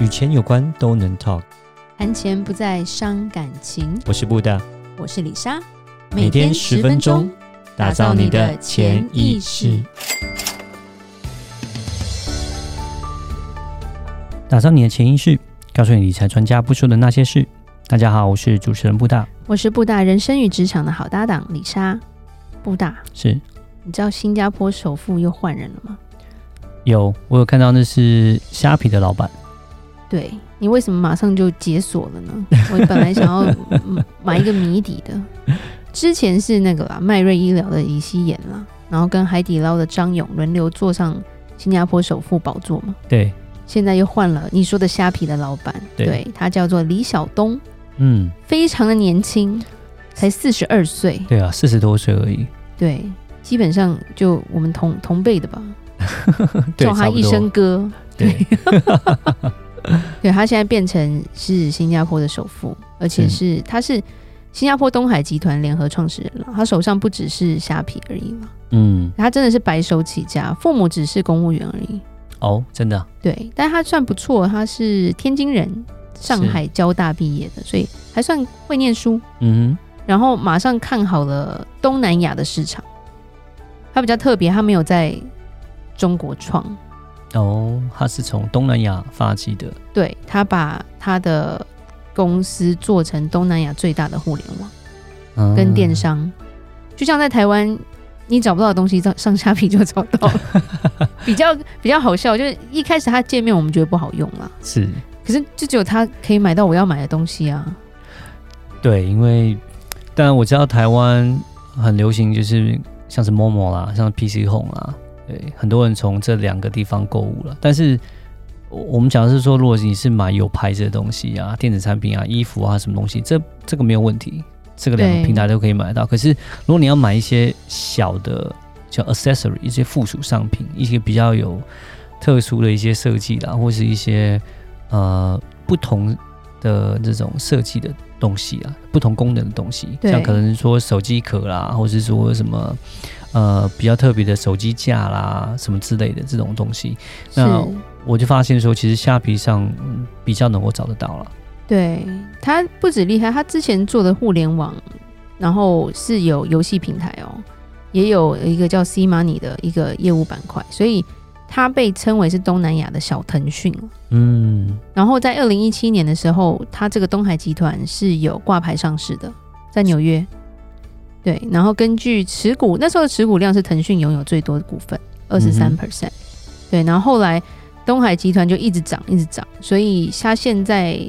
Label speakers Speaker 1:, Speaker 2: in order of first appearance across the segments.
Speaker 1: 与钱有关都能 talk。
Speaker 2: 谈钱不再伤感情。
Speaker 1: 我是布大，
Speaker 2: 我是李莎，
Speaker 1: 每天十分钟，打造你的潜意识，打造你的潜意识，告诉你理财专家不说的那些事。大家好，我是主持人布大，
Speaker 2: 我是布大人生与职场的好搭档李莎。布大，
Speaker 1: 是
Speaker 2: 你知道新加坡首富又换人了吗？
Speaker 1: 有我有看到那是虾皮的老板，
Speaker 2: 对你为什么马上就解锁了 呢？我本来想要嗯买一个谜底的。之前是那个啦，迈瑞医疗的李希言啦，然后跟海底捞的张勇轮流坐上新加坡首富宝座嘛。
Speaker 1: 对，
Speaker 2: 现在又换了你说的虾皮的老板，
Speaker 1: 对
Speaker 2: 他叫做李晓东，
Speaker 1: 嗯，
Speaker 2: 非常的年轻，才四十二岁，
Speaker 1: 对啊，四十多岁而已，
Speaker 2: 对，基本上就我们同同辈的吧，
Speaker 1: 对，
Speaker 2: 叫他
Speaker 1: 差不
Speaker 2: 一
Speaker 1: 多
Speaker 2: 声哥，
Speaker 1: 对，
Speaker 2: 对他现在变成是新加坡的首富，而且是他是新加坡东海集团联合创始人了，他手上不只是虾皮而已嘛，
Speaker 1: 嗯，
Speaker 2: 他真的是白手起家，父母只是公务员而已，
Speaker 1: 哦，真的啊，
Speaker 2: 对，但他算不错，他是天津人，上
Speaker 1: 是
Speaker 2: 海交大毕业的，所以还算会念书。
Speaker 1: 嗯
Speaker 2: 然后马上看好了东南亚的市场。它比较特别，它没有在中国创，
Speaker 1: 哼，哦，他是从东南亚发迹的，
Speaker 2: 对，它把它的公司做成东南亚最大的互联网
Speaker 1: 嗯
Speaker 2: 跟电商，就像在台湾。你找不到的东西，上上虾皮就找到了， 比较比较好笑。就是一开始它界面我们觉得不好用啦，
Speaker 1: 嗯是，
Speaker 2: 可是就只有它可以买到我要买的东西啊。
Speaker 1: 对，因为当然我知道台湾很流行，就是像是 Momo 啦，像是 PC Home 啦，对，很多人从这两个地方购物了。但是我我们讲的是说，如果你是买有牌子的东西啊，电子产品啊、衣服啊什么东西，这这个没有问题，这个两个
Speaker 2: 对
Speaker 1: 平台都可以买到。可是如果你要买一些小的叫 accessory，一些附属商品，一些比较有特殊的一些设计啦，或是一些呃不同的这种设计的东西啊，不同功能的东西，
Speaker 2: 对
Speaker 1: 像可能说手机壳啦，或是说什么呃比较特别的手机架啦，什么之类的这种东西，那
Speaker 2: 是
Speaker 1: 我就发现说，其实虾皮上、嗯比较能够找得到了。
Speaker 2: 对他不止厉害，他之前做的互联网，然后是有游戏平台哦，也有一个叫 C Money 的一个业务板块，所以他被称为是东南亚的小腾讯了
Speaker 1: 嗯，
Speaker 2: 然后在二零一七年的时候，他这个东海集团是有挂牌上市的，在纽约。对，然后根据持股，那时候的持股量是腾讯拥有最多的股份，二十三
Speaker 1: 嗯
Speaker 2: percent。对，然后后来东海集团就一直涨，一直涨，所以它现在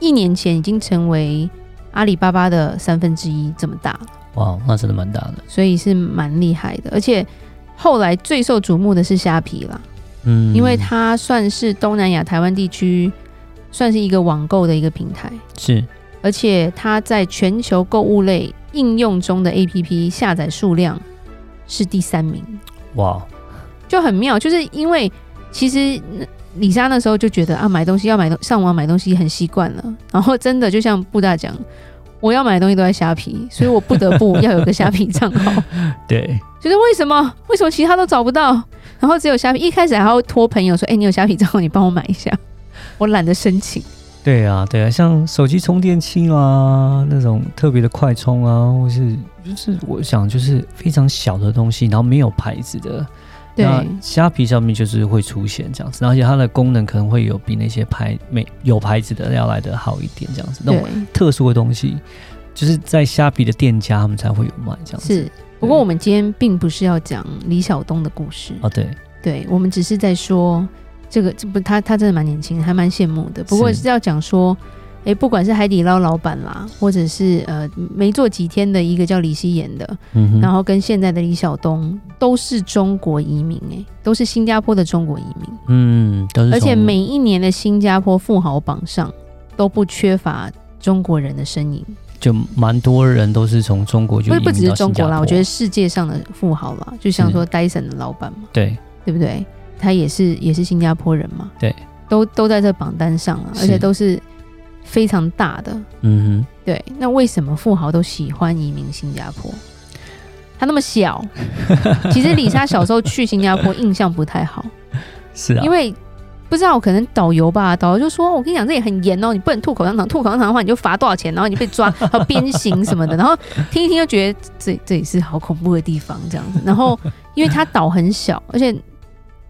Speaker 2: 一年前已经成为阿里巴巴的三分之一这么大了。
Speaker 1: 哇，那真的蛮大的。
Speaker 2: 所以是蛮厉害的。而且后来最受瞩目的是虾皮啦，
Speaker 1: 嗯，
Speaker 2: 因为它算是东南亚台湾地区算是一个网购的一个平台，
Speaker 1: 是
Speaker 2: 而且它在全球购物类应用中的 APP 下载数量是第三名，
Speaker 1: 哇，
Speaker 2: 就很妙，就是因为其实。嗯李莎那时候就觉得啊，买东西要买东上网买东西很习惯了，然后真的就像布大讲，我要买的东西都在虾皮，所以我不得不要有个虾皮账号。
Speaker 1: 对，
Speaker 2: 就是为什么为什么其他都找不到，然后只有虾皮，一开始还要托朋友说，哎、你有虾皮账号，你帮我买一下，我懒得申请。
Speaker 1: 对啊，对啊，像手机充电器啦，那种特别的快充啊，或是就是我想就是非常小的东西，然后没有牌子的，
Speaker 2: 对
Speaker 1: 那虾皮上面就是会出现这样子，而且它的功能可能会有比那些牌没有牌子的要来的好一点，这样子那
Speaker 2: 对
Speaker 1: 种，特殊的东西，就是在虾皮的店家他们才会有卖这样子。
Speaker 2: 是。不过我们今天并不是要讲李晓东的故事，
Speaker 1: 哦，对，
Speaker 2: 对我们只是在说这个，这不他他真的蛮年轻，还蛮羡慕的。不过
Speaker 1: 是
Speaker 2: 是要讲说。哎，不管是海底捞老板啦，或者是呃没做几天的一个叫李希言的，
Speaker 1: 嗯哼，
Speaker 2: 然后跟现在的李晓东都是中国移民，哎，都是新加坡的中国移民。
Speaker 1: 嗯，都是
Speaker 2: 而且
Speaker 1: 从
Speaker 2: 每一年的新加坡富豪榜上都不缺乏中国人的身影，
Speaker 1: 就蛮多人都是从中国就
Speaker 2: 不是不只
Speaker 1: 移民
Speaker 2: 是
Speaker 1: 到
Speaker 2: 中
Speaker 1: 新加
Speaker 2: 国
Speaker 1: 坡
Speaker 2: 啦，我觉得世界上的富豪啦，就像说戴森的老板嘛，
Speaker 1: 对，
Speaker 2: 对不对？他也是也是新加坡人嘛，
Speaker 1: 嗯对，
Speaker 2: 都都在这榜单上了，
Speaker 1: 是
Speaker 2: 而且都是非常大的。
Speaker 1: 嗯哼，
Speaker 2: 对，那为什么富豪都喜欢移民新加坡？他那 么小，其实李莎小时候去新加坡印象不太好，
Speaker 1: 是啊，
Speaker 2: 因为不知道，可能导游吧，导游就说：“我跟你讲，这里很严哦，你不能吐口香糖，吐口香糖的话你就罚多少钱，然后你被抓，还有鞭刑什么的。”然后听一听就觉得这这里是好恐怖的地方，这样子。然后因为它岛很小，而且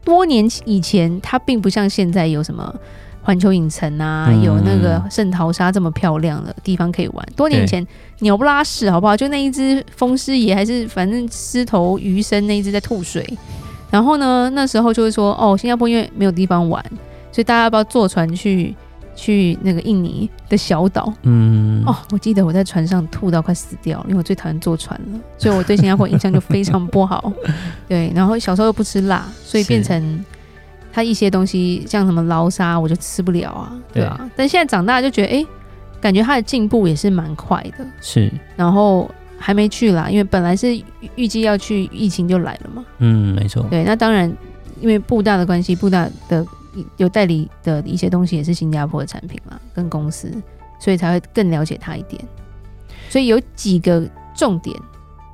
Speaker 2: 多年以前它并不像现在有什么环球影城啊，
Speaker 1: 嗯
Speaker 2: 有那个圣淘沙这么漂亮的地方可以玩。多年以前鸟不拉屎，好不好？就那一只风狮爷还是反正狮头鱼身那一只在吐水。然后呢，那时候就会说，哦，新加坡因为没有地方玩，所以大家要不要坐船去去那个印尼的小岛？
Speaker 1: 嗯，
Speaker 2: 哦，我记得我在船上吐到快死掉了，因为我最讨厌坐船了，所以我对新加坡印象就非常不好。对，然后小时候又不吃辣，所以
Speaker 1: 是
Speaker 2: 变成它一些东西像什么捞沙我就吃不了啊，对啊。但现在长大就觉得，哎，感觉它的进步也是蛮快的，
Speaker 1: 是，
Speaker 2: 然后还没去啦，因为本来是预预计要去，疫情就来了嘛。
Speaker 1: 嗯，没错，
Speaker 2: 对，那当然，因为布大的关系，布大的有代理的一些东西也是新加坡的产品嘛，跟公司，所以才会更了解它一点。所以有几个重点，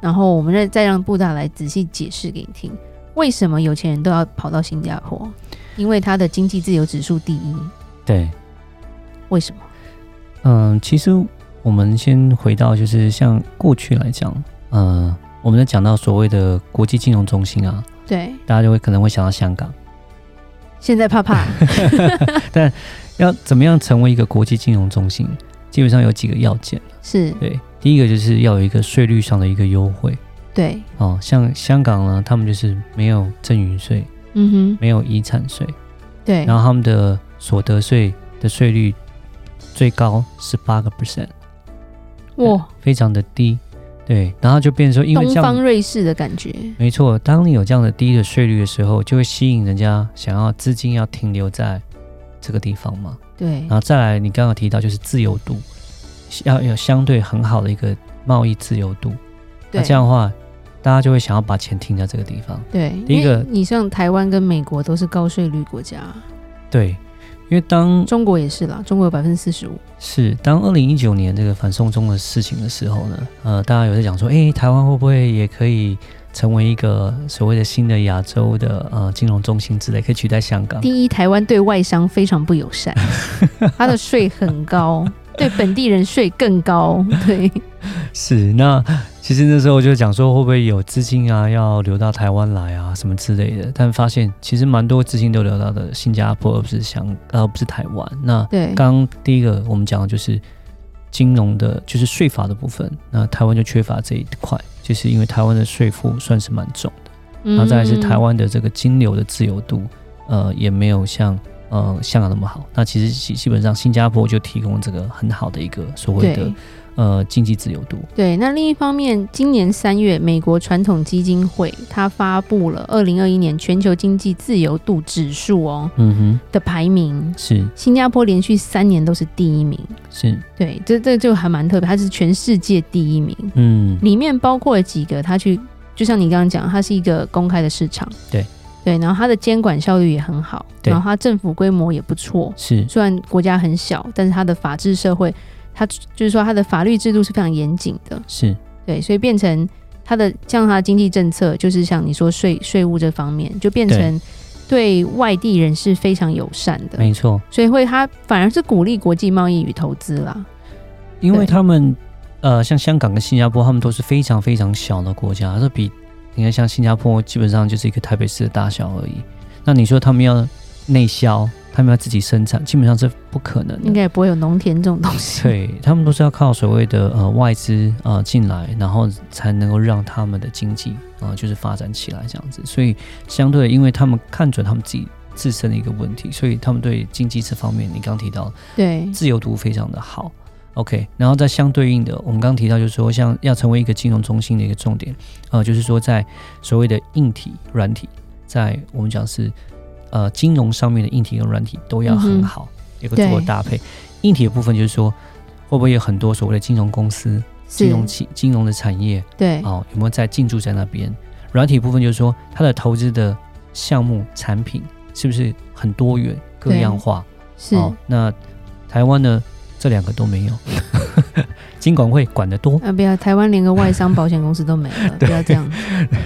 Speaker 2: 然后我们再再让布大来仔细解释给你听，为什么有钱人都要跑到新加坡？因为它的经济自由指数第一，
Speaker 1: 对，
Speaker 2: 为什么？
Speaker 1: 嗯，其实我们先回到就是像过去来讲，呃，我们在讲到所谓的国际金融中心啊，
Speaker 2: 对，
Speaker 1: 大家就会可能会想到香港，
Speaker 2: 现在怕怕，
Speaker 1: 要怎么样成为一个国际金融中心，基本上有几个要件，
Speaker 2: 是
Speaker 1: 对，第一个就是要有一个税率上的一个优惠
Speaker 2: 对，
Speaker 1: 哦，像香港呢，他们就是没有赠与税，
Speaker 2: 嗯
Speaker 1: 没有遗产税，
Speaker 2: 哼，对
Speaker 1: 然，后他们的所得税的税率最高十八个 percent，
Speaker 2: 哇，
Speaker 1: 非常的低，对，然后就变成说，因为
Speaker 2: 东
Speaker 1: 这样
Speaker 2: 方瑞士的感觉，
Speaker 1: 没错，当你有这样的低的税率的时候，就会吸引人家想要资金要停留在这个地方嘛。
Speaker 2: 对
Speaker 1: 然，后再来，你刚刚提到就是自由度，要有相对很好的一个贸易自由度。那
Speaker 2: 对，
Speaker 1: 这样的话，大家就会想要把钱停在这个地方。
Speaker 2: 对，
Speaker 1: 第一个
Speaker 2: 因为你像台湾跟美国都是高税率国家，
Speaker 1: 对，因为当
Speaker 2: 中国也是啦，中国有百分之四十五，
Speaker 1: 是当二零一九年这个反送中的事情的时候呢，呃，大家有在讲说，诶，台湾会不会也可以成为一个所谓的新的亚洲的呃金融中心之类，可以取代香港？
Speaker 2: 第一，台湾对外商非常不友 善，它的税很高，对本地人税更 高，对，
Speaker 1: 是，那其实那时候就讲说，会不会有资金啊要流到台湾来啊，什么之类的。但发现其实蛮多资金都流到的新加坡，而不是香，而不是台湾。那
Speaker 2: 对，
Speaker 1: 刚刚第一个我们讲的就是金融的，就是税法的部分。那台湾就缺乏这一块，就是因为台湾的税负算是蛮重的，
Speaker 2: 然
Speaker 1: 然后再
Speaker 2: 嗯
Speaker 1: 来是台，湾的这个金流的自由度，呃，也没有像。呃，香港那么好，那其实基基本上新加坡就提供这个很好的一个所谓的
Speaker 2: 对
Speaker 1: 呃经济自由度。
Speaker 2: 对。那另一方面，今年三月，美国传统基金会它发布了二零二一年全球经济自由度指数哦
Speaker 1: 嗯哼，
Speaker 2: 的排名，
Speaker 1: 是
Speaker 2: 新加坡连续三年都是第一名，
Speaker 1: 是，
Speaker 2: 对，这这就还蛮特别，它是全世界第一名。
Speaker 1: 嗯，
Speaker 2: 里面包括了几个，它去就像你刚刚讲，它是一个公开的市场，
Speaker 1: 对
Speaker 2: 对，然后它的监管效率也很好，
Speaker 1: 对
Speaker 2: 然后它政府规模也不错，
Speaker 1: 是
Speaker 2: 虽然国家很小，但是它的法治社会，它就是说它的法律制度是非常严谨的，
Speaker 1: 是，
Speaker 2: 对，所以变成它的像它的经济政策，就是像你说税税务这方面，就变成对外地人是非常友善的，
Speaker 1: 没错，
Speaker 2: 所以会它反而是鼓励国际贸易与投资啦，
Speaker 1: 因为
Speaker 2: 对
Speaker 1: 他们呃，像香港跟新加坡，他们都是非常非常小的国家，这比你看像新加坡基本上就是一个台北市的大小而已。那你说他们要内销，他们要自己生产，基本上是不可能
Speaker 2: 应
Speaker 1: 的。
Speaker 2: 该也不会有农田这种东西，
Speaker 1: 对他们都是要靠所谓的呃外资呃进来，然后才能够让他们的经济啊、呃就是发展起来这样子。所以相对的，因为他们看准他们自己自身的一个问题，所以他们对经济这方面，你刚提到
Speaker 2: 对
Speaker 1: 自由度非常的好。OK，然后在相对应的，我们刚刚提到就是说，像要成为一个金融中心的一个重点，呃，就是说在所谓的硬体、软体，在我们讲是呃金融上面的硬体跟软体都要
Speaker 2: 嗯
Speaker 1: 很
Speaker 2: 哼
Speaker 1: 好，有个做
Speaker 2: 对
Speaker 1: 搭配。硬体的部分就是说，会不会有很多所谓的金融公司、金
Speaker 2: 是
Speaker 1: 融，企、金融的产业
Speaker 2: 对。
Speaker 1: 哦，有没有在进驻在那边？软体部分就是说，它的投资的项目、产品是不是很多元、各
Speaker 2: 对
Speaker 1: 样化？
Speaker 2: 是，
Speaker 1: 哦，那台湾呢，这两个都没有， 金管会管得多，
Speaker 2: 啊，不要，台湾连个外商保险公司都没 了，不要这样，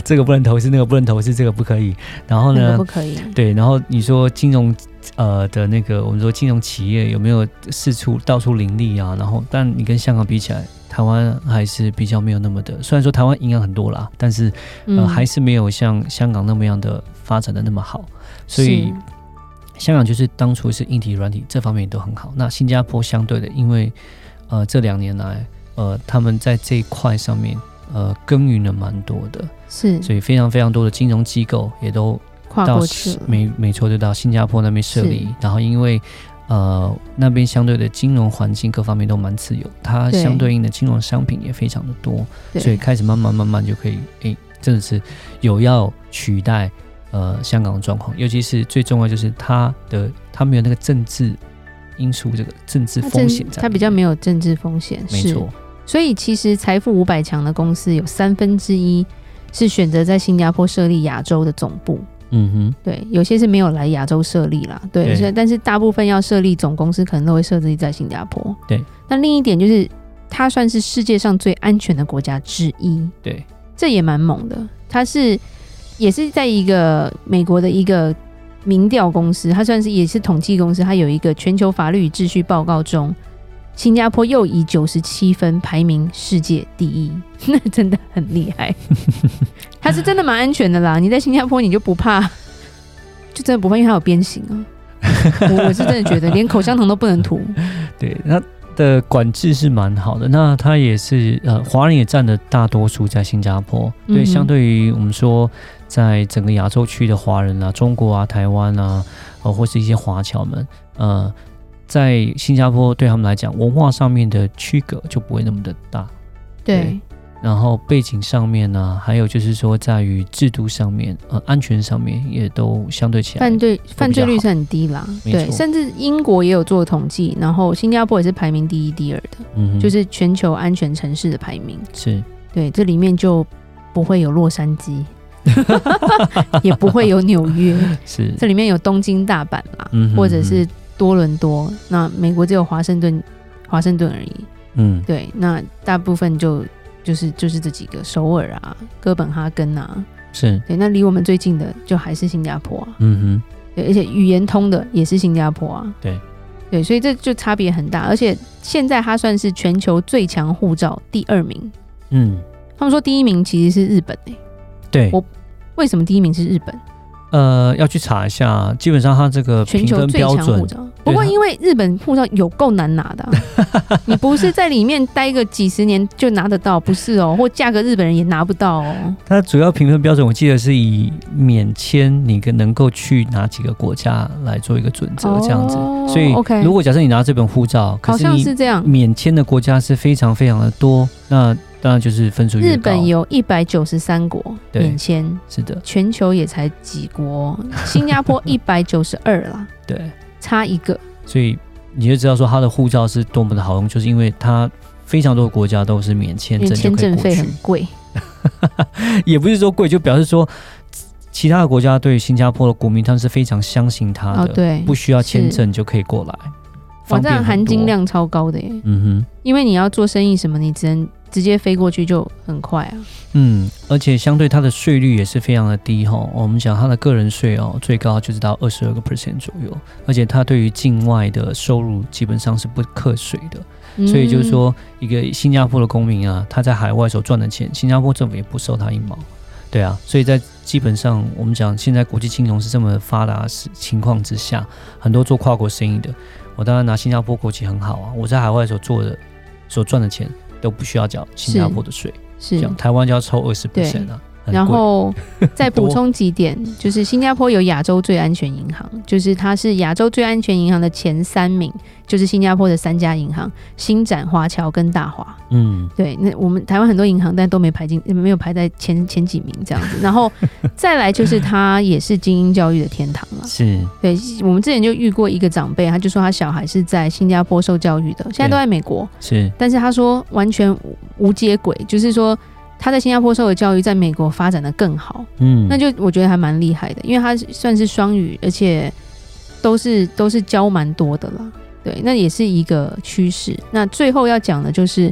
Speaker 1: 这个不能投资，那个不能投资，这个不可以。然后
Speaker 2: 那个
Speaker 1: 呢呃
Speaker 2: 不，可以。
Speaker 1: 对，然后你说金融呃的那个我们说金融企业有没有四处到处林立啊？然后，但你跟香港比起来，台湾还是比较没有那么的。虽然说台湾银行很多啦，但是呃、
Speaker 2: 嗯，
Speaker 1: 还是没有像香港那么样的发展的那么好。所以
Speaker 2: 是
Speaker 1: 香港就是当初是硬体、软体这方面都很好。那新加坡相对的，因为呃这两年来，呃他们在这一块上面呃耕耘了蛮多的，
Speaker 2: 是
Speaker 1: 所以非常非常多的金融机构也都
Speaker 2: 跨
Speaker 1: 到
Speaker 2: 过去了，
Speaker 1: 美美洲就到新加坡那边设立
Speaker 2: 是，
Speaker 1: 然后因为呃那边相对的金融环境各方面都蛮自由，它
Speaker 2: 对
Speaker 1: 相对应的金融商品也非常的多，
Speaker 2: 对
Speaker 1: 所以开始慢慢慢慢就可以，诶，真的是有要取代呃香港的状况，尤其是最重要就是它的它没有那个政治因素，这个政治
Speaker 2: 它
Speaker 1: 风
Speaker 2: 政
Speaker 1: 险在里面，
Speaker 2: 它比较没有政治风险，
Speaker 1: 没
Speaker 2: 是
Speaker 1: 错，
Speaker 2: 所以其实财富五百强的公司有三分之一是选择在新加坡设立亚洲的总部，
Speaker 1: 嗯哼，
Speaker 2: 对，有些是没有来亚洲设立啦，对，
Speaker 1: 对
Speaker 2: 所以但是大部分要设立总公司可能都会设立在新加坡，
Speaker 1: 对。
Speaker 2: 那另一点就是，它算是世界上最安全的国家之一，
Speaker 1: 对，
Speaker 2: 这也蛮猛的。它是也是在一个美国的一个民调公司，它算是也是统计公司，它有一个全球法律与秩序报告中，新加坡又以九十七分排名世界第一， 那真的很厉害。它是真的蛮安全的啦，你在新加坡你就不怕，就真的不怕，因为它有鞭刑啊。我我是真的觉得连口香糖都不能涂，
Speaker 1: 对，它的管制是蛮好的。那它也是呃，华人也占了大多数在新加坡。对，
Speaker 2: 嗯哼
Speaker 1: 相对于我们说，在整个亚洲区的华人啊，中国啊、台湾啊，呃，或是一些华侨们，呃，在新加坡对他们来讲，文化上面的区隔就不会那么的大。对
Speaker 2: 对，
Speaker 1: 然后背景上面呢、还有就是说，在于制度上面，呃，安全上面也都相对起来
Speaker 2: 犯罪
Speaker 1: 好
Speaker 2: 犯罪率是很低啦，
Speaker 1: 没
Speaker 2: 对，
Speaker 1: 错
Speaker 2: 甚至英国也有做统计，然后新加坡也是排名第一、第二的，
Speaker 1: 嗯哼，
Speaker 2: 就是全球安全城市的排名。
Speaker 1: 是
Speaker 2: 对，这里面就不会有洛杉矶，也不会有纽约，
Speaker 1: 是，
Speaker 2: 这里面有东京、大阪啦，
Speaker 1: 嗯哼
Speaker 2: 或者
Speaker 1: 嗯
Speaker 2: 是多伦多。那美国只有华盛顿，华盛顿而已。
Speaker 1: 嗯
Speaker 2: 对，那大部分就就是就是这几个，首尔啊、哥本哈根啊，
Speaker 1: 是，
Speaker 2: 对，那离我们最近的就还是新加坡啊。
Speaker 1: 嗯哼。
Speaker 2: 对，而且语言通的也是新加坡啊。
Speaker 1: 对，
Speaker 2: 对，所以这就差别很大。而且现在它算是全球最强护照第二名，
Speaker 1: 嗯，
Speaker 2: 他们说第一名其实是日本诶、
Speaker 1: 对，
Speaker 2: 我为什么第一名是日本？
Speaker 1: 呃，要去查一下，基本上它这个
Speaker 2: 全
Speaker 1: 呃评
Speaker 2: 球
Speaker 1: 分
Speaker 2: 最
Speaker 1: 标
Speaker 2: 强
Speaker 1: 准啊
Speaker 2: 护，照。不过
Speaker 1: 它
Speaker 2: 因为日本护照有够难拿的啊、 你不是在里面待个几十年就拿得到，不是哦，或嫁个日本人也拿不到哦。
Speaker 1: 它主要评分标准我记得是以免签你跟能够去哪几个国家来做一个准则，这样子。
Speaker 2: 哦
Speaker 1: 所以
Speaker 2: OK
Speaker 1: 如果假设你拿这本护照，可
Speaker 2: 好
Speaker 1: 是
Speaker 2: 像
Speaker 1: 你
Speaker 2: 是这样。
Speaker 1: 免签的国家是非常非常的多，那当然就是分数越
Speaker 2: 日
Speaker 1: 高。
Speaker 2: 本有一百九十三国
Speaker 1: 对
Speaker 2: 免签，
Speaker 1: 是的，
Speaker 2: 全球也才几国，新 加坡一百九十二啦，
Speaker 1: 对，
Speaker 2: 差一个。
Speaker 1: 所以你就知道说它的护照是多么的好用，就是因为它。非常多的国家都是免签
Speaker 2: 因为
Speaker 1: 证就
Speaker 2: 签
Speaker 1: 可以
Speaker 2: 证
Speaker 1: 过
Speaker 2: 费
Speaker 1: 去
Speaker 2: 很，贵，
Speaker 1: 也不是说贵，就表示说其他的国家对新加坡的国民他们是非常相信他的，
Speaker 2: 哦，对，
Speaker 1: 啊不需要签
Speaker 2: 是
Speaker 1: 证就可以过来，
Speaker 2: 哇，
Speaker 1: 方
Speaker 2: 这
Speaker 1: 便
Speaker 2: 样
Speaker 1: 很
Speaker 2: 含
Speaker 1: 多
Speaker 2: 金，量超高的耶，
Speaker 1: 嗯
Speaker 2: 因为你要做生意什么，你只能直接飞过去就很快啊。
Speaker 1: 哼，嗯，而且相对它的税率也是非常的低哈、哦，我们讲它的个人税哦，最高就是到二十二个 percent 左右，而且它对于境外的收入基本上是不课税的，
Speaker 2: 嗯
Speaker 1: 所以就是说一个新加坡的公民啊，他在海外所赚的钱，新加坡政府也不收他一毛。对啊，所以在基本上我们讲现在国际金融是这么发达的时情况之下，很多做跨国生意的，我当然拿新加坡国籍很好啊，我在海外所做的所赚的钱都不需要缴新加坡的税，
Speaker 2: 嗯
Speaker 1: 这
Speaker 2: 是
Speaker 1: 样，台湾就要抽二十 percent 啊，很贵
Speaker 2: 然后再补
Speaker 1: 多
Speaker 2: 充几点，就是新加坡有亚洲最安全银行，就是它是亚洲最安全银行的前三名，就是新加坡的三家银行：新展、华侨跟大华。
Speaker 1: 嗯
Speaker 2: 对，那我们台湾很多银行，但都没排进，没有排在前前几名这样子。然后再来就是它也是精英教育的天堂了。
Speaker 1: 是
Speaker 2: 对，我们之前就遇过一个长辈，他就说他小孩是在新加坡受教育的，现在都在美国，
Speaker 1: 是
Speaker 2: 但是他说完全无无接轨，就是说他在新加坡受的教育在美国发展的更好，
Speaker 1: 嗯，
Speaker 2: 那就我觉得还蛮厉害的，因为他算是双语，而且都是都是教蛮多的啦。对，那也是一个趋势。那最后要讲的就是，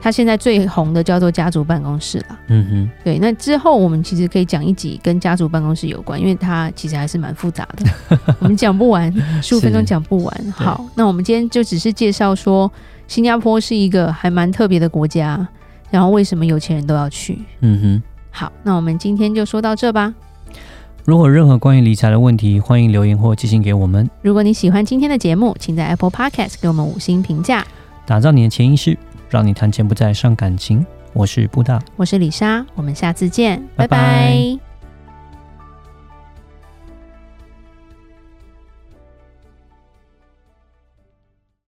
Speaker 2: 他现在最红的叫做家族办公室啦。
Speaker 1: 嗯哼，
Speaker 2: 对，那之后我们其实可以讲一集跟家族办公室有关，因为它其实还是蛮复杂的，我们讲不完，十五分钟讲不完。好，那我们今天就只是介绍说，新加坡是一个还蛮特别的国家，然后为什么有钱人都要去。
Speaker 1: 嗯哼。
Speaker 2: 好，那我们今天就说到这吧。
Speaker 1: 如果有任何关于理财的问题，欢迎留言或寄信给我们。
Speaker 2: 如果你喜欢今天的节目，请在 Apple Podcast 给我们五星评价。
Speaker 1: 打造你的潜意识，让你谈钱不再伤感情。我是布大。
Speaker 2: 我是李莎，我们下次见，
Speaker 1: 拜拜
Speaker 2: 拜拜